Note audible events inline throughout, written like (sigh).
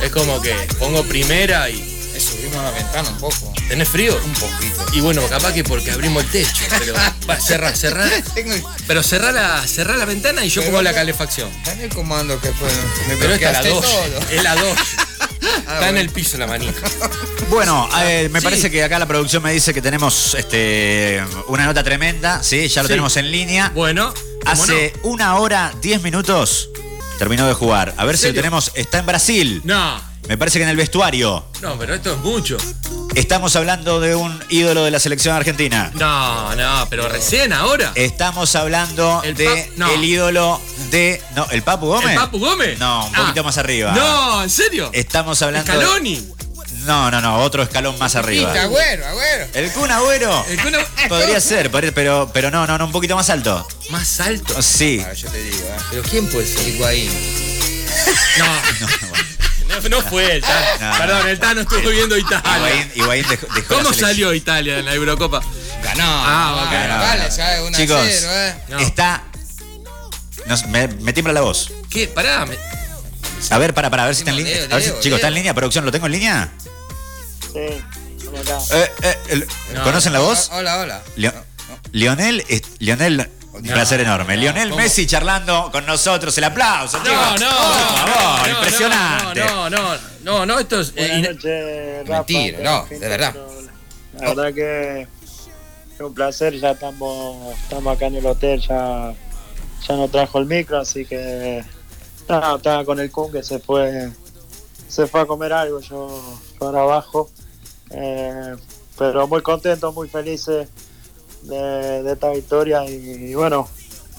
Es como que pongo primera y Es subirnos la ventana un poco. tenés frío. Un poquito. Y bueno, capaz que porque abrimos el techo, pero va, cerrá, cerrá. Tengo el- Pero cerrá la, cerrá la ventana y yo Pero pongo la no- calefacción. Dame el comando que fue. Me Pero esta es la bloqueaste 2. todo. Es la 2. Ah, Está en bueno. el piso la manija. Bueno, eh, me Sí. parece que acá la producción me dice que tenemos este, una nota tremenda, ¿sí? Ya lo Sí. tenemos en línea. Bueno, ¿cómo Hace una hora, diez minutos, terminó de jugar. A ver si lo serio? tenemos. Está en Brasil. no? No, Me parece que en el vestuario. no, pero esto es mucho. Estamos hablando de un ídolo de la selección argentina. No, no, pero recién ahora. Eh, Estamos hablando El de Pap- no. el ídolo de. No, ¿el Papu Gómez? ¿El Papu Gómez? No, un Ah. poquito más arriba. No, ¿en serio? Estamos hablando. de- Caloni. No, no, no, otro escalón más arriba. Pinta, agüero, agüero. El Kun Agüero. El (laughs) Kun Agüero. (laughs) Podría ser, podría- pero, pero no, no, no, un poquito más alto. Más alto. Sí. Ah, yo te digo, ¿eh? ¿Pero quién puede ser? Higuaín. No, (laughs) No, bueno. no, no fue el Tano. No, Perdón, no. el Tano estuvo viendo Italia. Higuaín- Higuaín dejó- dejó la ¿Cómo selección. salió Italia en la Eurocopa? Ganó. Ah, ok. Ganó, Vale, ganó. ya es una Chicos, cero, ¿eh? No. está. nos- me, me tiembla la voz. ¿Qué? Pará. me- A ver, para, para, a ver si está en Leo, línea. A ver si- Leo, chicos, ¿está en Leo. línea? ¿Producción? ¿Lo tengo en línea? Sí, ¿cómo acá. Eh, eh, el- No. ¿Conocen la voz? Ah, Hola, hola. Leo- Lionel, es- Lionel, un No. placer enorme. Lionel ¿Cómo? Messi charlando con nosotros. El aplauso, No, no, chicos. Por favor, no, no, impresionante. No, no, no, no, no, esto es. eh, Buenas ina- noches, Rafa. Mentira, que no, la gente de verdad. no- La verdad que es un placer, ya estamos, estamos acá en el hotel, ya, ya no trajo el micro, así que nada, estaba con el Kun que se fue se fue a comer algo, yo, yo ahora abajo. Eh, pero muy contento, muy felices de, de esta victoria y, y bueno,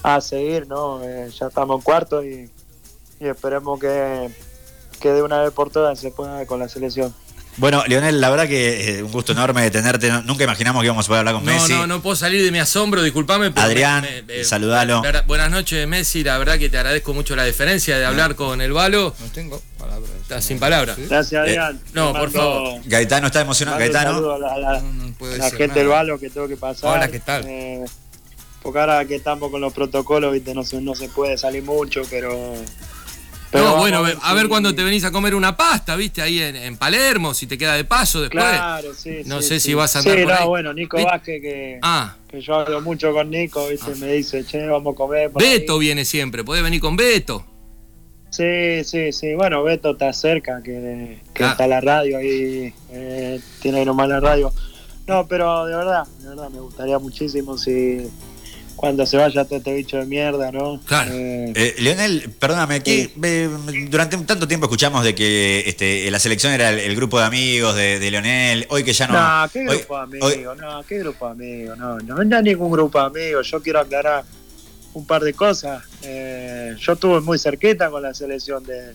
a seguir, ¿no? Eh, ya estamos en cuarto y, y esperemos que, que de una vez por todas se pueda con la selección. Bueno, Lionel, la verdad que eh, un gusto enorme de tenerte. No- Nunca imaginamos que íbamos a poder hablar con No, Messi. no, eh, no puedo salir de mi asombro, disculpame. pero Adrián, saludalo. verdad- buenas noches, Messi. La verdad que te agradezco mucho la diferencia de hablar con el balo. No tengo palabras. Estás sin palabras. Gracias, Eh, Adrián. no, Te por mando- favor. mando Gaetano está emocionado. un saludo Gaetano. a la, a la- No, no puedo a la decir gente del nada. balo que tengo que pasar. Hola, ¿qué tal? Eh, porque ahora que estamos con los protocolos, viste, no se, no se puede salir mucho, pero. pero No, vamos bueno, a ver si- cuándo te venís a comer una pasta, viste, ahí en, en Palermo, si te queda de paso después. Claro, sí. No sí, sé si sí. vas a andar Sí, por no, ahí. bueno, Nico ¿Viste? Vázquez, que, Ah, que yo hablo mucho con Nico, viste, me dice, che, vamos a comer. por ahí. Beto viene siempre, podés venir con Beto. Sí, sí, sí. Bueno, Beto está cerca, que, que Ah. está la radio ahí, eh, tiene que nomás la radio. No, pero de verdad, de verdad, me gustaría muchísimo si cuando se vaya todo este bicho de mierda, ¿no? Claro. Eh, Eh, Lionel, perdóname, aquí Sí. eh, durante un tanto tiempo escuchamos de que este, la selección era el, el grupo de amigos de, de Lionel. Hoy que ya no. no, qué hoy- grupo de hoy- amigos, no, qué grupo de amigos, no, no no hay ningún grupo de amigos, yo quiero aclarar un par de cosas. Eh, yo estuve muy cerquita con la selección de,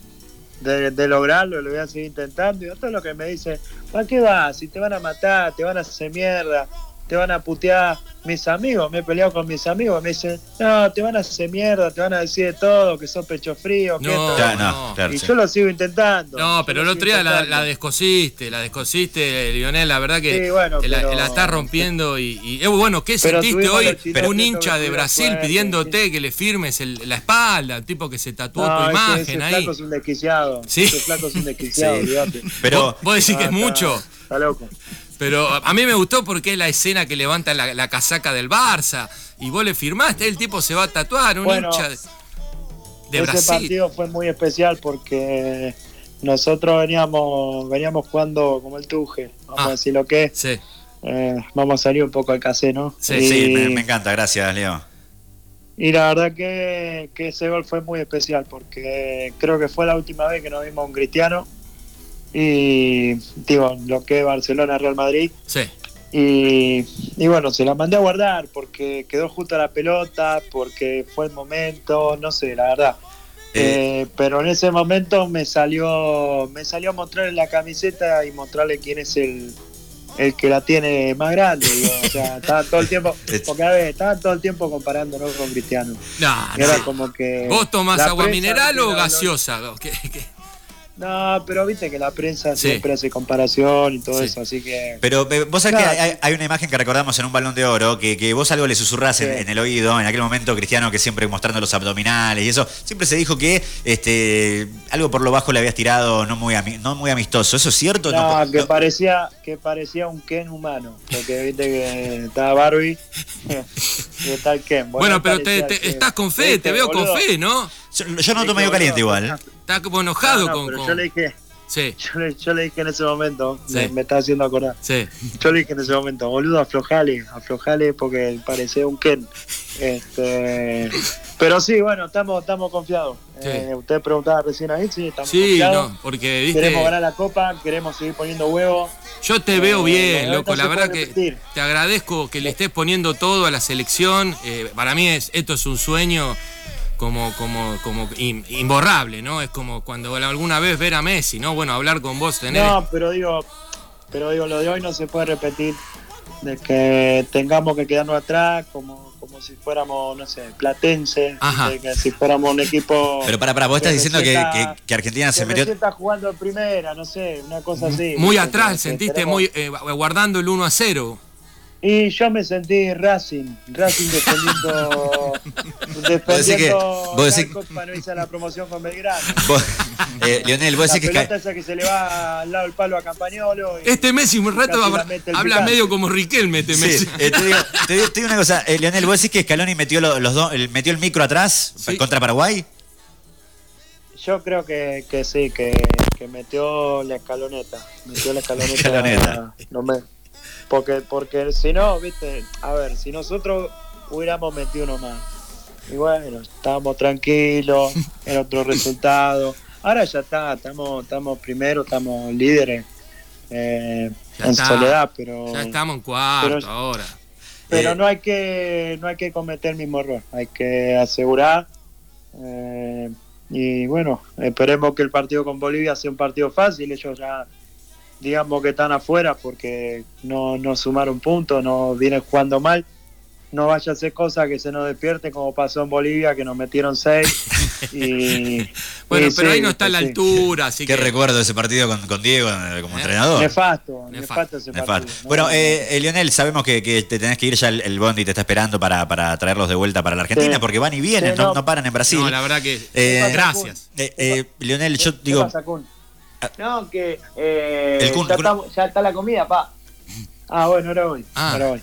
de, de lograrlo, lo voy a seguir intentando, y esto es lo que me dice, ¿para qué vas? Si te van a matar, te van a hacer mierda, te van a putear, mis amigos, me he peleado con mis amigos, me dicen, no, te van a hacer mierda, te van a decir de todo, que sos pecho frío, que No, esto". Ya, no, no. claro, y sí. yo lo sigo intentando. No, yo pero lo el sigo otro día la, intentando. la descosiste, la descosiste, Lionel, la verdad que Sí, bueno, la, pero- la estás rompiendo y, y, eh, bueno, ¿qué Pero sentiste tuvimos hoy? los chilenos un que hincha de tuvieron Brasil suerte, pidiéndote que le firmes el- la espalda, el tipo que se tatuó No, tu ese- imagen ese, ahí. flaco es un desquiciado. Sí. Ese flaco es (laughs) un desquiciado, Sí. olvídate. Pero. ¿Vos, vos decís que Ah, es mucho. Está, está loco. Pero a a mí me gustó porque es la escena que levanta la, la casaca del Barça y vos le firmaste, el tipo se va a tatuar, un Bueno, hincha de, de ese Brasil. partido fue muy especial porque nosotros veníamos veníamos jugando como el tuje, vamos Ah. a decir lo que es. Sí. Eh, vamos a salir un poco al casé, ¿no? Sí, Y- Sí, me, me encanta, gracias, Leo. Y la verdad que, que ese gol fue muy especial porque creo que fue la última vez que nos vimos a un cristiano. Y digo, lo que es Barcelona, Real Madrid. Sí, Y, y bueno, se la mandé a guardar porque quedó justo a la pelota, porque fue el momento, no sé, la verdad. Eh, pero en ese momento me salió me salió mostrarle la camiseta y mostrarle quién es el, el que la tiene más grande. digo, o (laughs) sea, estaba todo el tiempo, porque a ver, estaba todo el tiempo comparándonos con Cristiano. no, Y era no. como que ¿Vos tomás la agua prensa, mineral viste, o lo- lo- gaseosa? ¿Qué- qué? No, pero viste que la prensa Sí. siempre hace comparación y todo Sí. eso, así que. Pero eh, vos sabés que Claro. hay, hay una imagen que recordamos en un balón de oro, que, que vos algo le susurrás en, Sí. en el oído, en aquel momento Cristiano que siempre mostrando los abdominales y eso, siempre se dijo que este algo por lo bajo le habías tirado no muy, ami- no muy amistoso, ¿eso es cierto? No, No, que no. parecía que parecía un Ken humano, porque viste que está Barbie (laughs) y está el Ken. Vos Bueno, no pero te, parecía te- que- estás con fe, viste, te veo boludo. con fe, ¿no? Yo, yo noto medio caliente igual. ¿eh? Estás como enojado No, no, con. pero con- Yo le dije, Sí, yo le, yo le dije en ese momento, Sí. me, me está haciendo acordar. sí. Yo le dije en ese momento, boludo, aflojale, aflojale porque parecía un Ken. Este, pero sí, bueno, estamos, estamos confiados. Sí. Eh, usted preguntaba recién ahí, sí, estamos Sí, confiados. no, porque viste. Queremos ganar la copa, queremos seguir poniendo huevos. Yo te veo Eh, bien, la loco. La verdad verdad se puede que repetir. te agradezco que le estés poniendo todo a la selección. Eh, para mí es, esto es un sueño como, como, como im- imborrable, ¿no? Es como cuando alguna vez ver a Messi, ¿no? Bueno, hablar con vos, tener... No, pero digo, pero digo, lo de hoy no se puede repetir. De que tengamos que quedarnos atrás como, como si fuéramos, no sé, platense, Ajá. de que si fuéramos un equipo. Pero para, para, vos estás que diciendo que, recién que- que Argentina se que metió... recién está jugando en primera, no sé, una cosa así. Muy Que- atrás, que sentiste tenemos- muy eh, guardando el 1 a 0. Y yo me sentí Racing, Racing (laughs) defendiendo. decís que- defendiendo. vos decís- el arco para no irse a la promoción con Belgrano. (laughs) Vos, eh, Lionel, vos La decís que... pelota ca- esa que se le va al lado del palo a Campañolo. y- Este Messi un rato Casi la habla- mete el habla picante. medio como Riquelme, este Messi. Sí, eh, te, digo, te digo- te digo una cosa, eh, Lionel, vos decís que Scaloni metió lo- los dos, el- metió el micro atrás Sí. contra Paraguay. Yo creo que, que sí, que, que metió la escaloneta. (laughs) Metió la escaloneta. Escaloneta. No me- porque, porque si no, viste, a ver, si nosotros hubiéramos metido uno más. Y bueno, estábamos tranquilos, era (laughs) otro resultado. Ahora ya está, estamos, estamos primero, estamos líderes eh, Ya en está. soledad, Mm. pero, Ya estamos en cuarto Pero- ahora. pero Eh, no hay que no hay que cometer el mismo error, hay que asegurar eh, y bueno, esperemos que el partido con Bolivia sea un partido fácil, ellos ya digamos que están afuera porque no, no sumaron puntos, no vienen jugando mal, no vaya a ser cosa que se nos despierte como pasó en Bolivia que nos metieron seis y (laughs) Bueno, y pero sí, ahí no está a la sí. altura, así Qué que... recuerdo de ese partido con, con Diego eh, como Eh, entrenador. Nefasto, nefasto, Nefasto, ese Nefar. partido, ¿no? Bueno, eh, eh, Lionel, sabemos que, que te tenés que ir ya el, el bondi, te está esperando para, para traerlos de vuelta para la Argentina, Sí. porque van y vienen, Sí, no, no. no paran en Brasil. No, la verdad que... Eh, pasa, gracias. Eh, eh, Lionel, yo ¿Qué digo, pasa, Kun? No, que eh, El Kun, ya, Kun. estamos- ya está la comida, pa. Ah, bueno, ahora voy. Ah. ahora voy.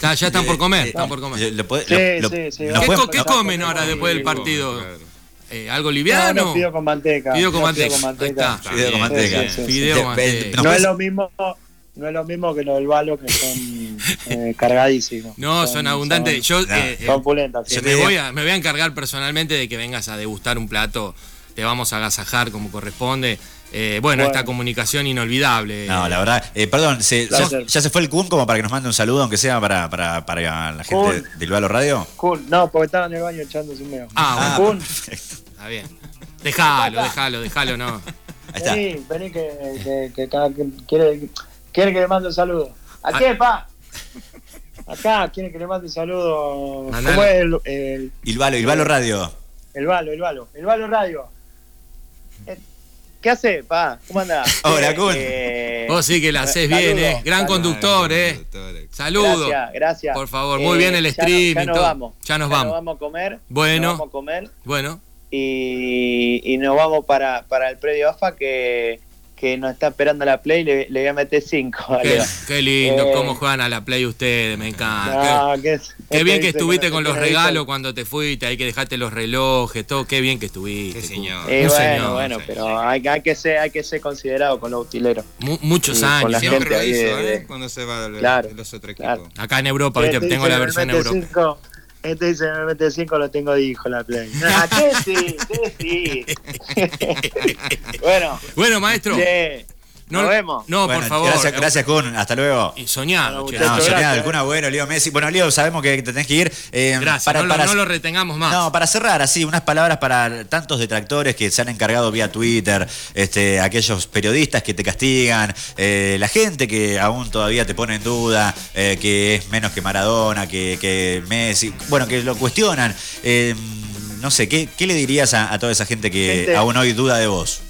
Ya, ya están por comer, eh, están por comer. eh, lo podés- Sí, lo- sí, lo- sí, nos vamos. ¿Qué, podés- co- qué no, comen no, ahora no, después del no, partido? Eh, ¿Algo No, liviano? no, pido con manteca. Pido con No, manteca. Pido Ahí con manteca. está. Fideo con manteca. Sí, sí, sí. Fideo Te- con eh, manteca. nos No es podés- lo mismo, no es lo mismo que los del balo (laughs) que son eh, cargadísimos. No, son abundantes. Son, Yo, No. eh, eh, son pulentas. sí. Yo te me, digo- voy a, me voy a encargar personalmente de que vengas a degustar un plato. Te vamos a agasajar como corresponde. Eh, bueno, Bueno. esta comunicación inolvidable. No, la verdad, eh, perdón, se- ya, Placer. ya se fue el Kun como para que nos mande un saludo, aunque sea para, para, para la gente Kun. de Ilvalo Radio. Cool. No, porque estaba en el baño echándose un meo. Ah, Kun, Está bien. (laughs) Dejalo, dejalo, dejalo, no. Ahí está. vení, vení que, que, que cada quien quiere, quiere que le mande un saludo. ¿A Ah. qué, pa? Acá, quiere que le mande un saludo. Mandale. ¿Cómo es el- el, Ilvalo, Ilvalo Radio. El balo, el balo, el balo radio. Eh, ¿Qué hace, pa? (laughs) ¿Cómo andás? Hola, Kun. Eh, Vos Oh, sí que la haces saludo, bien, ¿eh? Gran saludo. conductor, ¿eh? Doctor, Saludos. Gracias, gracias. Eh, Por favor, muy bien el ya no- streaming, Ya, nos todo. vamos. Ya nos vamos. a comer. Bueno. Nos vamos a comer Bueno, y, y nos vamos para, para el predio AFA que, que nos está esperando la play. Le, le voy a meter (laughs) 5. qué, qué lindo Eh. cómo juegan a la play ustedes, me encanta. Qué este bien que estuviste con los regalos cuando te fuiste, hay que dejarte los relojes, todo, qué bien que estuviste. Qué Cu. señor. Eh, Un bueno, señor, bueno, sí, pero hay, hay que ser, hay que ser considerado con los utileros. Mu- muchos Sí, con años. la siempre. Siempre lo ahí hizo, de- ¿eh? Cuando se va del, Claro, del otro equipo. claro. Acá en Europa, ¿viste? Este tengo dice la que versión me mete europea. cinco, Este dice que me mete 5, lo tengo de hijo la play. (laughs) Ah, ¿qué sí? ¿Qué sí? (laughs) bueno, Bueno, maestro, che, no, nos vemos. No, Bueno, por favor. eh, Gracias, gracias Kun. Hasta luego. Y soñado, che. Bueno, muchachos, No, gracias. Soledad, algún abuelo, Leo Messi. Bueno, Leo, sabemos que te tenés que ir. Eh, Gracias, para- no, lo- para- no lo retengamos más. No, para cerrar, así, unas palabras para tantos detractores que se han encargado vía Twitter, este, aquellos periodistas que te castigan, eh, la gente que aún todavía te pone en duda, eh, que es menos que Maradona, que, que Messi, bueno, que lo cuestionan. Em, Eh, no sé, ¿qué, qué le dirías a, a toda esa gente que Gente. aún hoy duda de vos?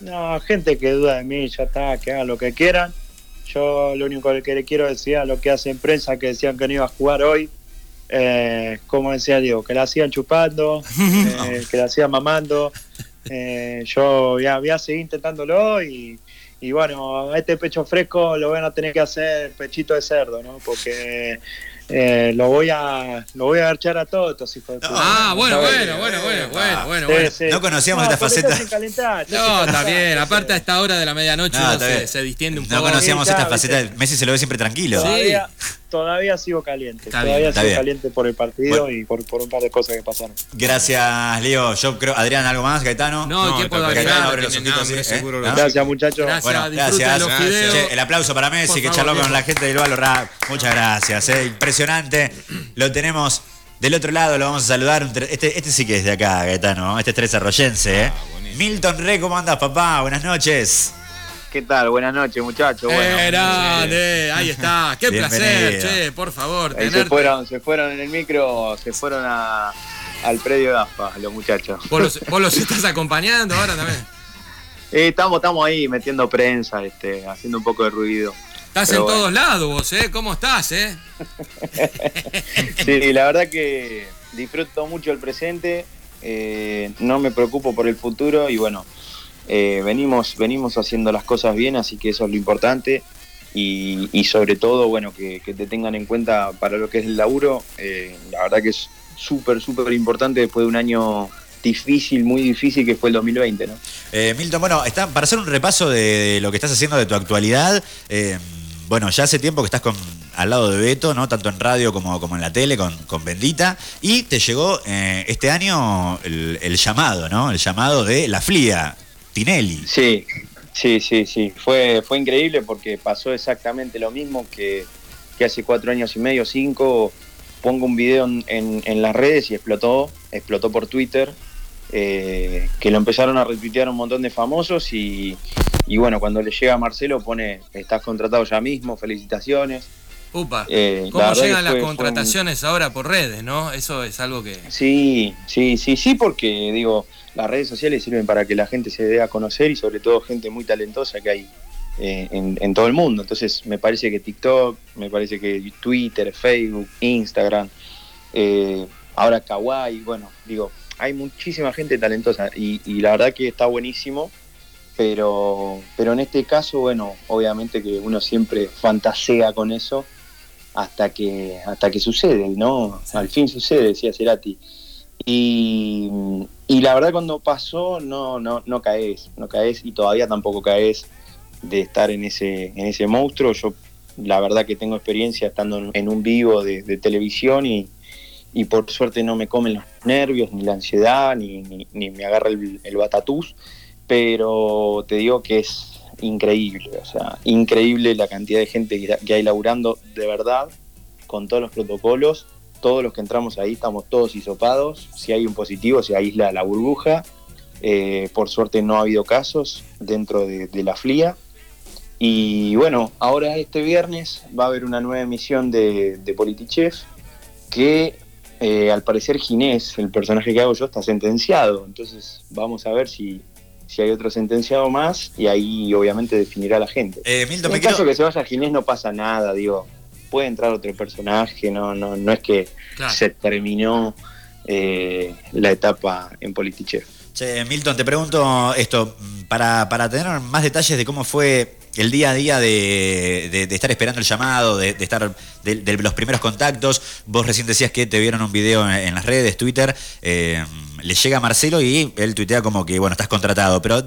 No, gente que duda de mí, ya está, que hagan lo que quieran. Yo lo único que le quiero decir a lo que hacen prensa, que decían que no iba a jugar hoy, eh, como decía Diego, que la (laughs) hacían chupando, eh, que la hacían mamando. Eh, yo voy a, voy a seguir intentándolo y, y bueno, a este pecho fresco lo van a tener que hacer pechito de cerdo, ¿no? Porque eh, lo voy a lo voy a echar a todos estos hijos de puta. Ah, bueno, Está bueno, bien. bueno, bueno, bueno, bueno, Sí, bueno. sí. No conocíamos esta pero faceta. estás sin calentar, estás sin (laughs) No, está calentar, bien. entonces- Aparte a esta hora de la medianoche No, uno está se, bien. se distiende un No poco. conocíamos Sí, esta ya, faceta. viste. Messi se lo ve siempre tranquilo. Sí. Todavía, todavía sigo caliente. Está todavía bien, está sigo bien. caliente por el partido Bueno. y por, por un par de cosas que pasaron. Gracias, Leo. Yo creo, Adrián, ¿algo más? Gaetano. No, ¿qué Gaetano puedo agregar? abre los Tiene ojitos hambre, así, ¿eh? seguro lo ¿No? tiene. Gracias, muchachos. Gracias. Bueno, disfruten gracias. los fideos. Che, el aplauso para Messi Por que favor, charló con Diego. la gente del Balo Rap. Muchas gracias, eh. impresionante. Lo tenemos del otro lado, lo vamos a saludar. Un tre- Este, este sí que es de acá, Gaetano. Este es tres arroyense. eh. Milton Re, ¿cómo andas, papá? Buenas noches. ¿Qué tal? Buenas noches, muchachos. Bueno, Eh, grande, ahí está. Qué placer, Bienvenido. che, por favor, Eh, ahí se tenerte. fueron, se fueron en el micro, se fueron a- al predio de AFPA, los muchachos. ¿Vos los, vos los estás acompañando ahora también. Eh, estamos, estamos ahí metiendo prensa, este, haciendo un poco de ruido. Estás Pero en bueno. todos lados vos, ¿eh? ¿Cómo estás, eh? Sí, la verdad que disfruto mucho el presente, eh, no me preocupo por el futuro y bueno, eh, venimos, venimos haciendo las cosas bien, así que eso es lo importante. Y, y sobre todo, bueno, que, que te tengan en cuenta para lo que es el laburo, eh, la verdad que es súper, súper importante después de un año difícil, muy difícil que fue el 2020, ¿no? Eh, Milton, bueno, está, para hacer un repaso de, de lo que estás haciendo de tu actualidad, eh, bueno, ya hace tiempo que estás con, al lado de Beto, ¿no? Tanto en radio como, como en la tele, con, con Bendita, y te llegó eh, este año el, el llamado, ¿no? El llamado de La Flia, Tinelli. Sí, sí, sí, sí. Fue, fue increíble porque pasó exactamente lo mismo que, que hace cuatro años y medio, cinco. Pongo un video en, en- en las redes y explotó, explotó por Twitter, eh, que lo empezaron a retuitear un montón de famosos y, y bueno, cuando le llega a Marcelo pone, estás contratado ya mismo, felicitaciones. Upa. Eh, ¿Cómo la verdad llegan que las fue- fue un- contrataciones ahora por redes, no? Eso es algo que. Sí, sí, sí, sí, porque digo, las redes sociales sirven para que la gente se dé a conocer y sobre todo gente muy talentosa que hay eh, en, en todo el mundo. Entonces me parece que TikTok, me parece que Twitter, Facebook, Instagram, eh, ahora Kawaii, bueno, digo, hay muchísima gente talentosa y, y la verdad que está buenísimo, pero, pero en este caso, bueno, obviamente que uno siempre fantasea con eso hasta que hasta que sucede, ¿no? Al fin sucede, decía Cerati. Y, y la verdad cuando pasó no, no, no caes, no caes y todavía tampoco caes de estar en ese, en ese monstruo. Yo la verdad que tengo experiencia estando en- en un vivo de, de televisión y, y por suerte no me comen los nervios, ni la ansiedad, ni, ni, ni me agarra el, el batatús, pero te digo que es increíble, o sea, increíble la cantidad de gente que- que hay laburando de verdad, con todos los protocolos, todos los que entramos ahí estamos todos hisopados, si hay un positivo se aísla la burbuja, Eh, por suerte no ha habido casos dentro de, de la FLIA. Y bueno, ahora este viernes va a haber una nueva emisión de, de Politichef que eh, al parecer Ginés, el personaje que hago yo, está sentenciado. Entonces vamos a ver si, si hay otro sentenciado más y ahí obviamente definirá la gente. Eh, Milton, me en caso quiero, que se vaya Ginés no pasa nada, digo. Puede entrar otro personaje, no, no, no es que Claro. se terminó eh, la etapa en Politichef. Che, Milton, te pregunto esto, mm, para, para tener más detalles de cómo fue el día a día de, de- de estar esperando el llamado, de, de estar de, de los primeros contactos, vos recién decías que te vieron un video en, en las redes, Twitter, eh, le llega a Marcelo y él tuitea como que, bueno, estás contratado, pero...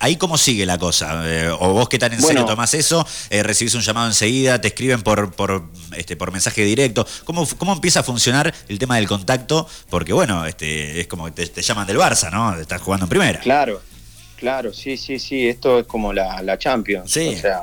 Ahí cómo sigue la cosa, Eh, o vos qué tan en serio Bueno. tomás eso, Eh, recibís un llamado enseguida, te escriben por, por, este, por mensaje directo, ¿Cómo, cómo empieza a funcionar el tema del contacto? Porque bueno, este, es como que te, te llaman del Barça, ¿no? Estás jugando en primera. Claro, claro, sí, sí, sí, esto es como la, la Champions. Sí. O sea,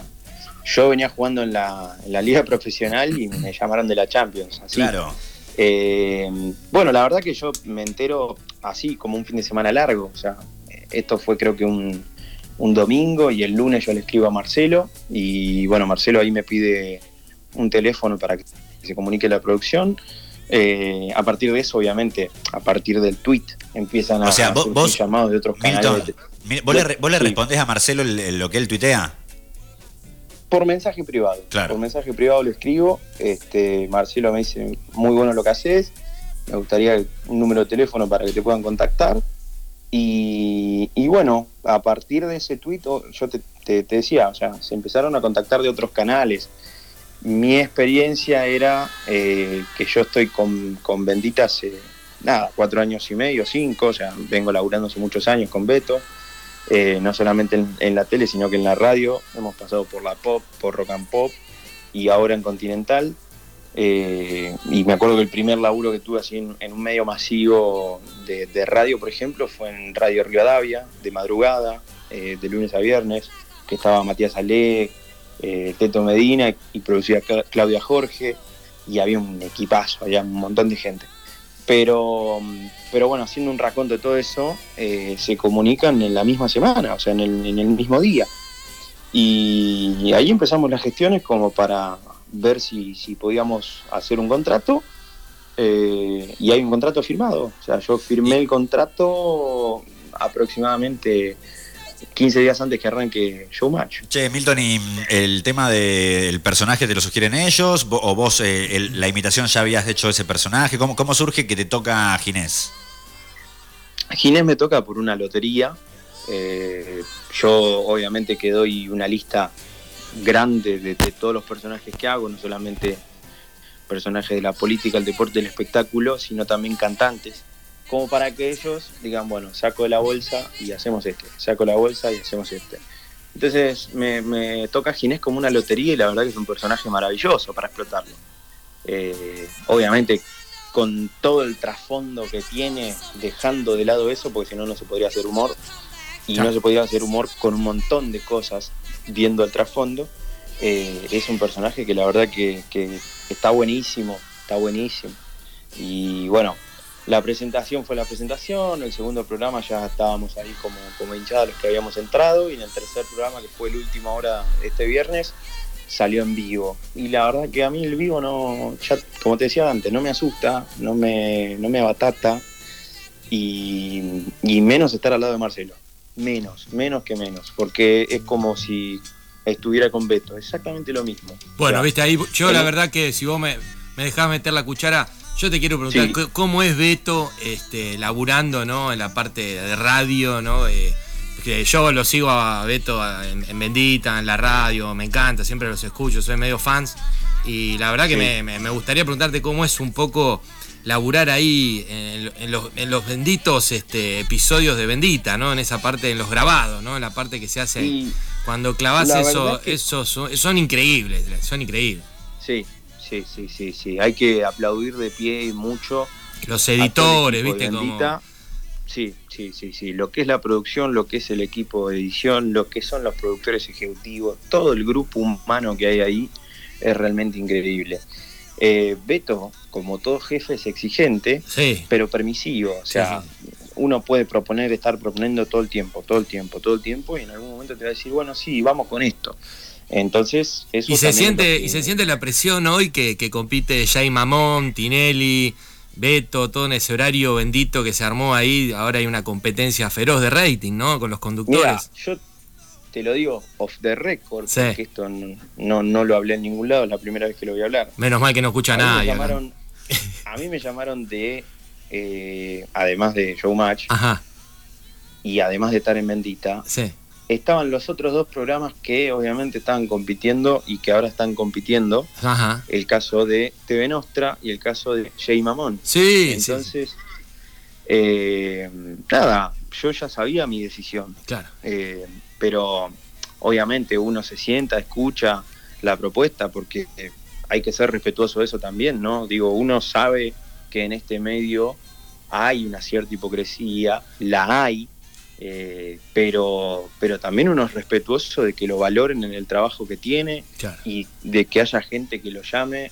yo venía jugando en la, en la liga (laughs) profesional y me llamaron de la Champions. Así, Claro. Eh, bueno, la verdad que yo me entero así, como un fin de semana largo. O sea, eh, esto fue creo que un, un domingo y el lunes yo le escribo a Marcelo. Y bueno, Marcelo ahí me pide un teléfono para que se comunique la producción. eh, a partir de eso, obviamente, a partir del tweet, empiezan a, O sea, a vos- surgir vos, llamados de otros canales. Milton, de- mire, ¿vos, le, re- vos le Sí. respondés a Marcelo el- el- lo que él tuitea? Por mensaje privado. Claro. Por mensaje privado lo escribo. Este, Marcelo me dice, muy bueno lo que haces. Me gustaría un número de teléfono para que te puedan contactar. Y, y bueno, a partir de ese tuit, o- yo te, te- te decía, o sea, se empezaron a contactar de otros canales. Mi experiencia era eh, que yo estoy con, con Bendita hace, nada, cuatro años y medio, cinco, o sea, vengo laburando hace muchos años con Beto eh, no solamente en, en la tele, sino que en la radio. Hemos pasado por la pop, por rock and pop y ahora en Continental. Eh, y me acuerdo que el primer laburo que tuve así en, en un medio masivo de, de radio, por ejemplo, fue en Radio Rivadavia, de madrugada, eh, de lunes a viernes, que estaba Matías Ale, eh, Teto Medina y producía Cla- Claudia Jorge. Y había un equipazo, había un montón de gente. Pero, mm, pero bueno, haciendo un raconto de todo eso, eh, se comunican en la misma semana, o sea, en el, en el mismo día. Y ahí empezamos las gestiones como para ver si, si podíamos hacer un contrato. eh, y hay un contrato firmado. O sea, yo firmé el contrato aproximadamente 15 días antes que arranque Showmatch. Che, Milton, ¿y mm, el tema del personaje te lo sugieren ellos? Vo- ¿O vos eh, el- la imitación ya habías hecho ese personaje? ¿Cómo, cómo surge que te toca Ginés? Ginés me toca por una lotería. Eh, yo obviamente que doy una lista grande de, de todos los personajes que hago, no solamente personajes de la política, el deporte, el espectáculo, sino también cantantes. Como para que ellos digan, bueno, saco de la bolsa y hacemos este, saco de la bolsa y hacemos este. Entonces me, me toca Ginés como una lotería y la verdad que es un personaje maravilloso para explotarlo. Eh, obviamente con todo el trasfondo que tiene, dejando de lado eso, porque si no, no se podría hacer humor. Y Claro. no se podría hacer humor con un montón de cosas, viendo el trasfondo. Eh, es un personaje que la verdad que, que está buenísimo, está buenísimo. Y bueno, la presentación fue la presentación, el segundo programa ya estábamos ahí como, como hinchada los que habíamos entrado, y en el tercer programa, que fue el último ahora este viernes, salió en vivo. Y la verdad que a mí el vivo no, ya, como te decía antes, no me asusta, no me, no me abatata y, y menos estar al lado de Marcelo. Menos, menos que menos, porque es como si estuviera con Beto, exactamente lo mismo. Bueno, O sea, viste, ahí yo el- la verdad que si vos me, me dejás meter la cuchara, yo te quiero preguntar Sí. c- cómo es Beto este, laburando ¿no? en la parte de radio, ¿no? Eh, que yo lo sigo a Beto a- en, en Bendita, en la radio, me encanta, siempre los escucho, soy medio fans. Y la verdad que Sí. me, me- me gustaría preguntarte cómo es un poco laburar ahí en, lo- en los, en los benditos este, episodios de Bendita, ¿no? En esa parte, en los grabados, ¿no? En la parte que se hace y- cuando clavas La eso, verdad que- eso son, son increíbles, son increíbles. Sí, sí, sí, sí, sí. Hay que aplaudir de pie y mucho. Los a todo el editores, equipo viste, de como... Andita. Sí, sí, sí, sí. Lo que es la producción, lo que es el equipo de edición, lo que son los productores ejecutivos, todo el grupo humano que hay ahí es realmente increíble. Eh, Beto, como todo jefe, es exigente, Sí, pero permisivo. O sea, Sí, uno puede proponer, estar proponiendo todo el tiempo, todo el tiempo, todo el tiempo, y en algún momento te va a decir, bueno, sí, vamos con esto. Entonces, eso y se, también es lo siente, que- y se siente la presión hoy que, que compite Jay Mamón, Tinelli, Beto, todo en ese horario bendito que se armó ahí. Ahora hay una competencia feroz de rating, ¿no? Con los Mira, conductores. yo te lo digo off the record, Sí. porque esto no, no, no lo hablé en ningún lado, es la primera vez que lo voy a hablar. Menos mal que no escucha A mí, me nadie. ¿no? (laughs) llamaron, a mí me llamaron de, eh, además de Showmatch, Ajá, y además de estar en Bendita, sí. estaban los otros dos programas que obviamente estaban compitiendo y que ahora están compitiendo, Ajá. el caso de TV Nostra y el caso de Jay Mamón. Sí, sí, sí, Entonces, eh, nada, yo ya sabía mi decisión. claro. Eh, pero obviamente uno se sienta, escucha la propuesta, porque eh, hay que ser respetuoso de eso también, ¿no? Digo, uno sabe que en este medio hay una cierta hipocresía, la hay, eh, pero, pero también uno es respetuoso de que lo valoren en el trabajo que tiene claro. y de que haya gente que lo llame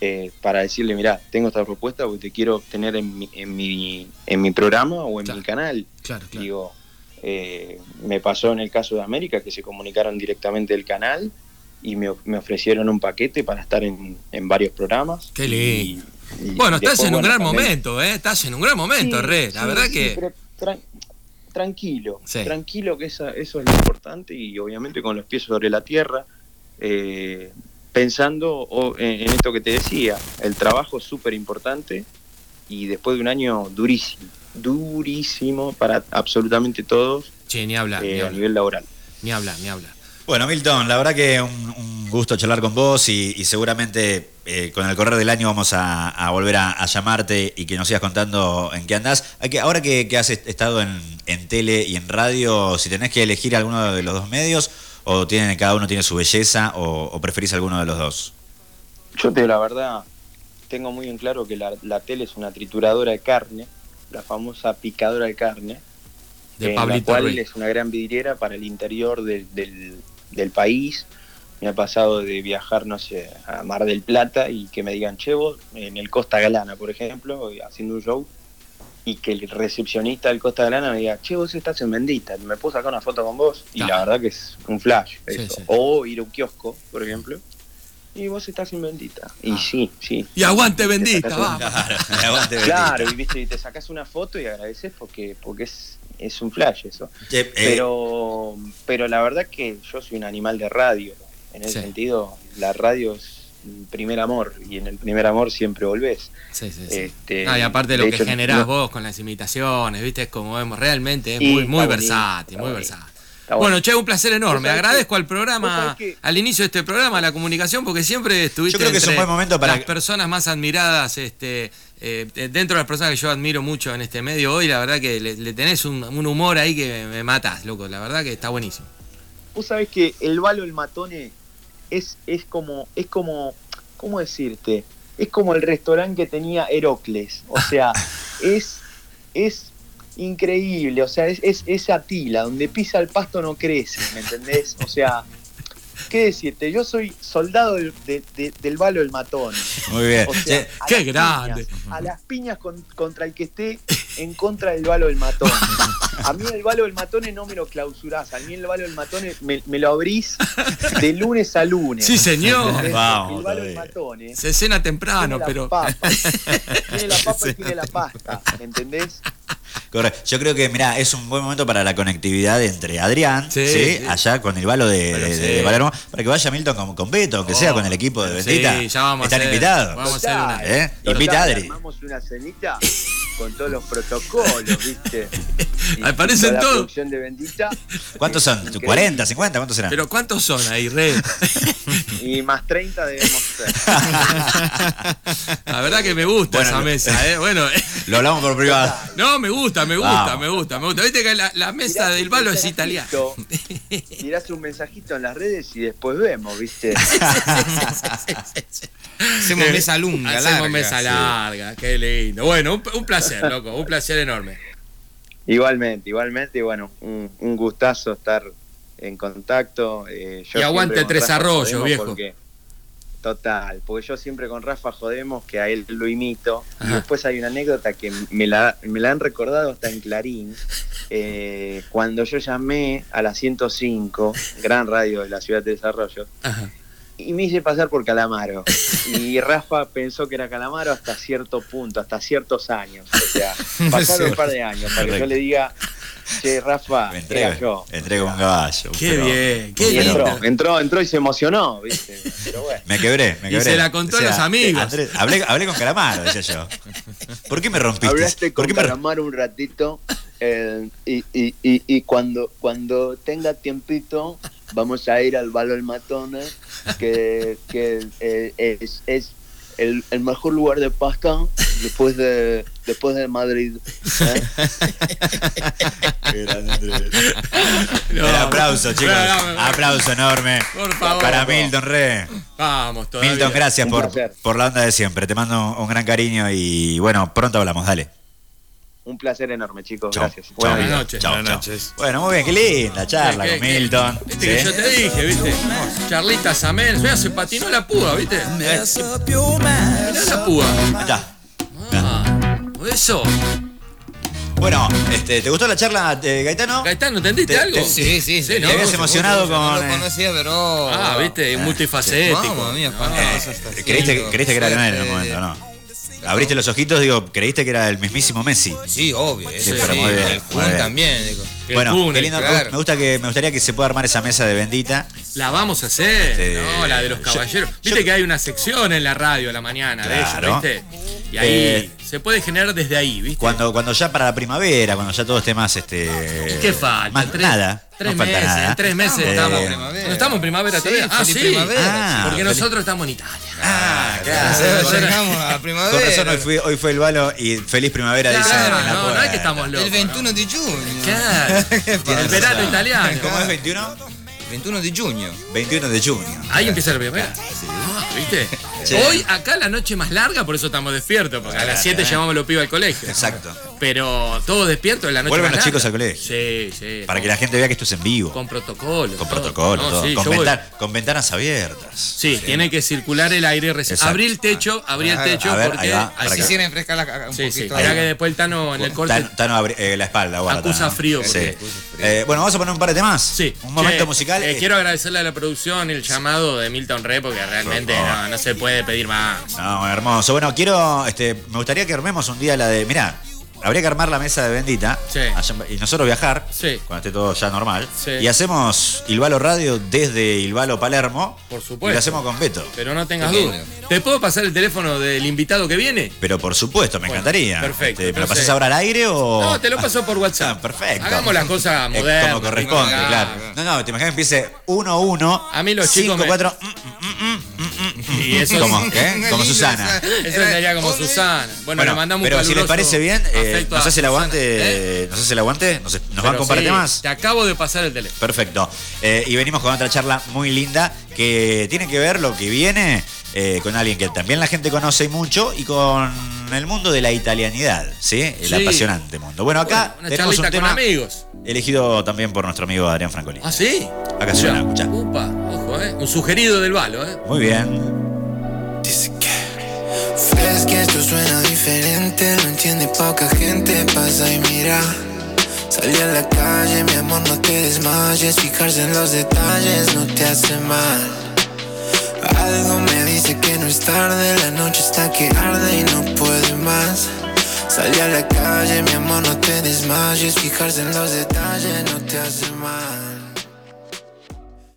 eh, para decirle, mirá, tengo esta propuesta porque te quiero tener en mi, en mi, en mi programa o en Claro. mi canal. Claro, claro. Digo, eh, me pasó en el caso de América que se comunicaron directamente del canal y me, of- me ofrecieron un paquete para estar en, en varios programas. Qué lindo. Y Y Bueno, estás después, en un bueno, gran también- momento, ¿eh? Estás (laughs) en un gran momento, Sí, Re. La sí, verdad sí, que. pero tran- tranquilo, Sí. tranquilo que esa, eso es lo importante y obviamente con los pies sobre la tierra, eh, pensando o- en, en esto que te decía, el trabajo es súper importante y después de un año durísimo, durísimo para absolutamente todos Che, ni hablar, eh, Ah, ni a hablar, nivel laboral. ni hablar, ni hablar. Bueno, Milton, la verdad que un, un gusto charlar con vos y, y seguramente eh, con el correr del año vamos a, a volver a, a llamarte y que nos sigas contando en qué andás. Hay que- ahora que, que has est- estado en, en tele y en radio, si tenés que elegir alguno de los dos medios o tienen, cada uno tiene su belleza o, o preferís alguno de los dos. Yo te digo la verdad, tengo muy en claro que la, la tele es una trituradora de carne, la famosa picadora de carne. De en Eh, la Pablito cual Ruiz. es una gran vidriera para el interior de- del, del país. Me ha pasado de viajar, no sé, a Mar del Plata y que me digan, che, vos, en el Costa Galana, por ejemplo, eh, haciendo un show, y que el recepcionista del Costa Galana me diga, che, vos estás en Bendita, me puedo sacar una foto con vos, y Claro. la verdad que es un flash. Sí, eso. sí. O ir a un kiosco, por ejemplo, y vos estás en Bendita. Ah. Y sí, sí. Y aguante Te bendita, sacás una- vamos. (laughs) Aguante, Benito. Claro, y, viste, y te sacas una foto y agradeces porque, porque es, es un flash eso. Che, eh, Pero, pero la verdad que yo soy un animal de radio. En Sí. ese sentido, la radio es mi primer amor y en el primer amor siempre volvés. Sí, sí, sí. Este, Ah, y aparte de lo de que hecho, generás no- vos con las imitaciones, ¿viste? Es como vemos, realmente es Sí, muy, muy está bonito, versátil, está muy bonito. versátil. Está Bueno, Che, un placer enorme. Vos sabés Agradezco que- al programa, vos sabés que- al inicio de este programa, a la comunicación, porque siempre estuviste Yo creo que es un entre buen momento para- las personas más admiradas, este, eh, dentro de las personas que yo admiro mucho en este medio hoy, la verdad que le, le tenés un, un humor ahí que me matás, loco. La verdad que está buenísimo. Vos sabés que el balo, el matone, es, es como, es como, ¿cómo decirte? Es como el restaurante que tenía Herocles. O (laughs) sea, es, es increíble. O sea, es, es, es Atila, donde pisa el pasto no crece, ¿me entendés? O sea, ¿qué decirte? Yo soy soldado del, de- de- del balo, el matón. muy (laughs) bien. O sea, Che, a qué las grande. piñas, a las piñas con- contra el que esté en contra del balo del matón. A mí el balo del matone no me lo clausurás. A mí el balo del matone me, me lo abrís de lunes a lunes. Sí, señor. Entonces, Vamos, el balo del todavía. (laughs) matone. Se cena tiene temprano, la pero. papa. Tiene la papa y tiene la pasta. ¿Entendés? Corre- Yo creo que, mirá, es un buen momento para la conectividad entre Adrián, Sí, sí, sí. allá con el balo de, Bueno, de- sí. de Palermo, para que vaya Milton con, con Beto, aunque sea Oh, con el equipo de sí, Bendita. ya vamos a Están hacer- invitados. vamos a hacer Total, una- ¿Eh? total, Invita a Adri. Armamos una cenita con todos los protocolos, ¿viste? Y- (laughs) Aparecen y toda todos. La producción de Bendita. ¿Cuántos son? Increíble. ¿40, 50? ¿Cuántos serán? Pero ¿cuántos son ahí, Re? Y más 30 debemos ser. La verdad que me gusta Bueno, esa lo- mesa, ¿eh? Bueno, Lo hablamos por privado. no, me gusta, me gusta, Vamos. me gusta, me gusta. Viste que la, la mesa Tirás del un balo es italiana. mensajito, (laughs) Tirás un mensajito en las redes y después vemos, ¿viste? (laughs) Hacemos mesa lunga, larga, Hacemos mesa sí. larga, qué lindo. Bueno, un, un placer, loco, un placer enorme. igualmente, igualmente, bueno, un, un gustazo estar en contacto. eh, yo Y aguante siempre con Tres Rafa Arroyos, jodemos viejo. porque- total, porque yo siempre con Rafa jodemos que a él lo imito. Ajá. Y después hay una anécdota que me la, me la han recordado hasta en Clarín. eh, cuando yo llamé a la 105, gran radio de la ciudad de Desarrollo, Ajá. y me hice pasar por Calamaro. Y Rafa pensó que era Calamaro hasta cierto punto, hasta ciertos años. O sea, pasaron un par de años para que yo Correcto. le diga, che, Rafa, Me era entrego, yo. me entrego un caballo. Qué pero bien, qué Y lindo. entró, entró, entró y se emocionó, ¿viste? Pero bueno. Me quebré, me Y quebré. se la contó a los amigos. Andrés, hablé, hablé con Calamaro, decía yo. ¿Por qué me rompiste? Hablaste ¿Por con qué me Calamaro un ratito eh, y, y- y- y cuando, cuando tenga tiempito vamos a ir al Valor Matone, que, que, eh, es, es el, el mejor lugar de pasta después de, después de Madrid. ¿eh? No, El aplauso, chicos. no, no, aplauso enorme. Por favor. Para Milton Re. Vamos, todavía. Milton, gracias Un por, placer. por la onda de siempre. Te mando un gran cariño y bueno, pronto hablamos, dale. Un placer enorme, chicos. Chau. Gracias. Chau, Buenas Milton. noches. Chau, Buenas chau. noches. Bueno, muy bien, qué linda charla ¿Qué, con qué? Milton. Viste que ¿Sí? yo te dije, viste. Charlita Samel, mira, se patinó la púa, viste. Mirá la púa. Eh, Ahí está. Ah, eso. Bueno, este, ¿te gustó la charla, eh, Gaetano? Gaitán, ¿no entendiste Te- algo? te- Sí, Sí, sí, sí. ¿no? Te habías emocionado No con. lo eh, conocía, pero. Ah, viste, multifacético. Ah, Mamma mía, No, eh, cuántas cosas creíste, creíste que era Leonel en el momento, ¿no? Abriste los ojitos, digo, creíste que era el mismísimo Messi. Sí, obvio. Sí, Eso pero sí, muy bien, eh, el muy Kun bien. también. digo. Bueno, Kun, qué lindo, claro. me, gusta que, me gustaría que se pueda armar esa mesa de bendita. La vamos a hacer, Sí. ¿no? La de los caballeros. Viste que hay una sección en la radio a la mañana Claro. de ellos, ¿viste? Y ahí Eh, se puede generar desde ahí, ¿viste? Cuando, cuando ya para la primavera, cuando ya todo esté más este. ¿Qué falta? más- Tres- nada. Tres no falta meses, nada. en tres meses Eh, estamos. en primavera. ¿No estamos en primavera Sí, todavía? Ah, feliz sí. primavera. Ah, Porque feliz- nosotros estamos en Italia. Ah, claro. claro. lo dejamos a primavera. Con razón, hoy, fui- hoy fue el balo y feliz primavera, Claro, dicen en la no, no puerta. es que estamos locos. El 21 de junio. (laughs) Claro. pasa? el verano italiano. ¿Cómo es 21? 21 de junio. 21 de junio. Ahí empieza la primavera. Ah, ¿Viste? Hoy acá la noche más larga, por eso estamos despiertos, porque a las 7 llevamos los pibes al colegio. eh. Exacto. Pero todos despiertos en la noche. Vuelven más los chicos larga. al colegio. Sí, sí. Para que la gente vea que esto es en vivo. Con Con, protocolo. todo. protocolo, No, todo. sí, con, yo voy- ventan- con ventanas abiertas. Sí, tiene que circular el aire recién. Exacto. Ah. Abrí el techo, abrí el Claro. techo A ver, ahí porque. va, para Así acá. se me enfresca la, un Sí, sí. poquito. Mirá ahí. que después el Tano en el corte. Tan- Tano abre eh, la espalda ahora. Acusa Tano. frío, Sí. porque- Eh, bueno, vamos a poner un par de temas. Sí. Un momento Che, musical. eh, Eh, quiero agradecerle a la producción el llamado de Milton Re porque realmente favor. no, no se puede pedir más. No, hermoso. Bueno, quiero. Este, me gustaría que armemos un día la de. Mirá, habría que armar la mesa de bendita. Sí. Allá- y nosotros viajar. Sí. Cuando esté todo ya normal. Sí. Y hacemos Ilvalo Radio desde Ilvalo Palermo. Por supuesto. Y lo hacemos con Beto. Pero no tengas Qué lindo. duda. ¿Te puedo pasar el teléfono del invitado que viene? Pero por supuesto, me Bueno, encantaría. Este, perfecto, ¿Me lo entonces- pasás ahora al aire o.? No, te lo paso (laughs) por WhatsApp. Oh. Ah, perfecto. Hagamos las cosas Eh, modernas. Como corresponde, tipo, claro. No, no, te imaginas que empiece 1-1. A mí los chicos me- 5-4. Y eso (laughs) es- Como, ¿eh? como Susana. Eso sería como Susana. Bueno, le mandamos un pero si les caluroso parece bien, eh, afecto nos a hace Susana, ¿eh? el aguante, nos hace el aguante, nos, nos van Pero con par de sí, temas. Te acabo de pasar el teléfono. Perfecto. Eh, y venimos con otra charla muy linda que tiene que ver lo que viene eh, con alguien que también la gente conoce mucho y con el mundo de la italianidad, ¿sí? El Sí. apasionante mundo. Bueno, acá Bueno, una tenemos charlita un tema con amigos. elegido también por nuestro amigo Adrián Francolini. ¿Ah, sí? Acá suena, escuchá. Upa, ojo, ¿eh? Un sugerido del balo, ¿eh? Muy bien. Ves que esto suena diferente, lo entiende poca gente, pasa y mira. Salí a la calle, mi amor, no te desmayes, fijarse en los detalles no te hace mal. Algo me dice que no es tarde, la noche está que arde y no puede más. Salí a la calle, mi amor, no te desmayes, fijarse en los detalles no te hace mal.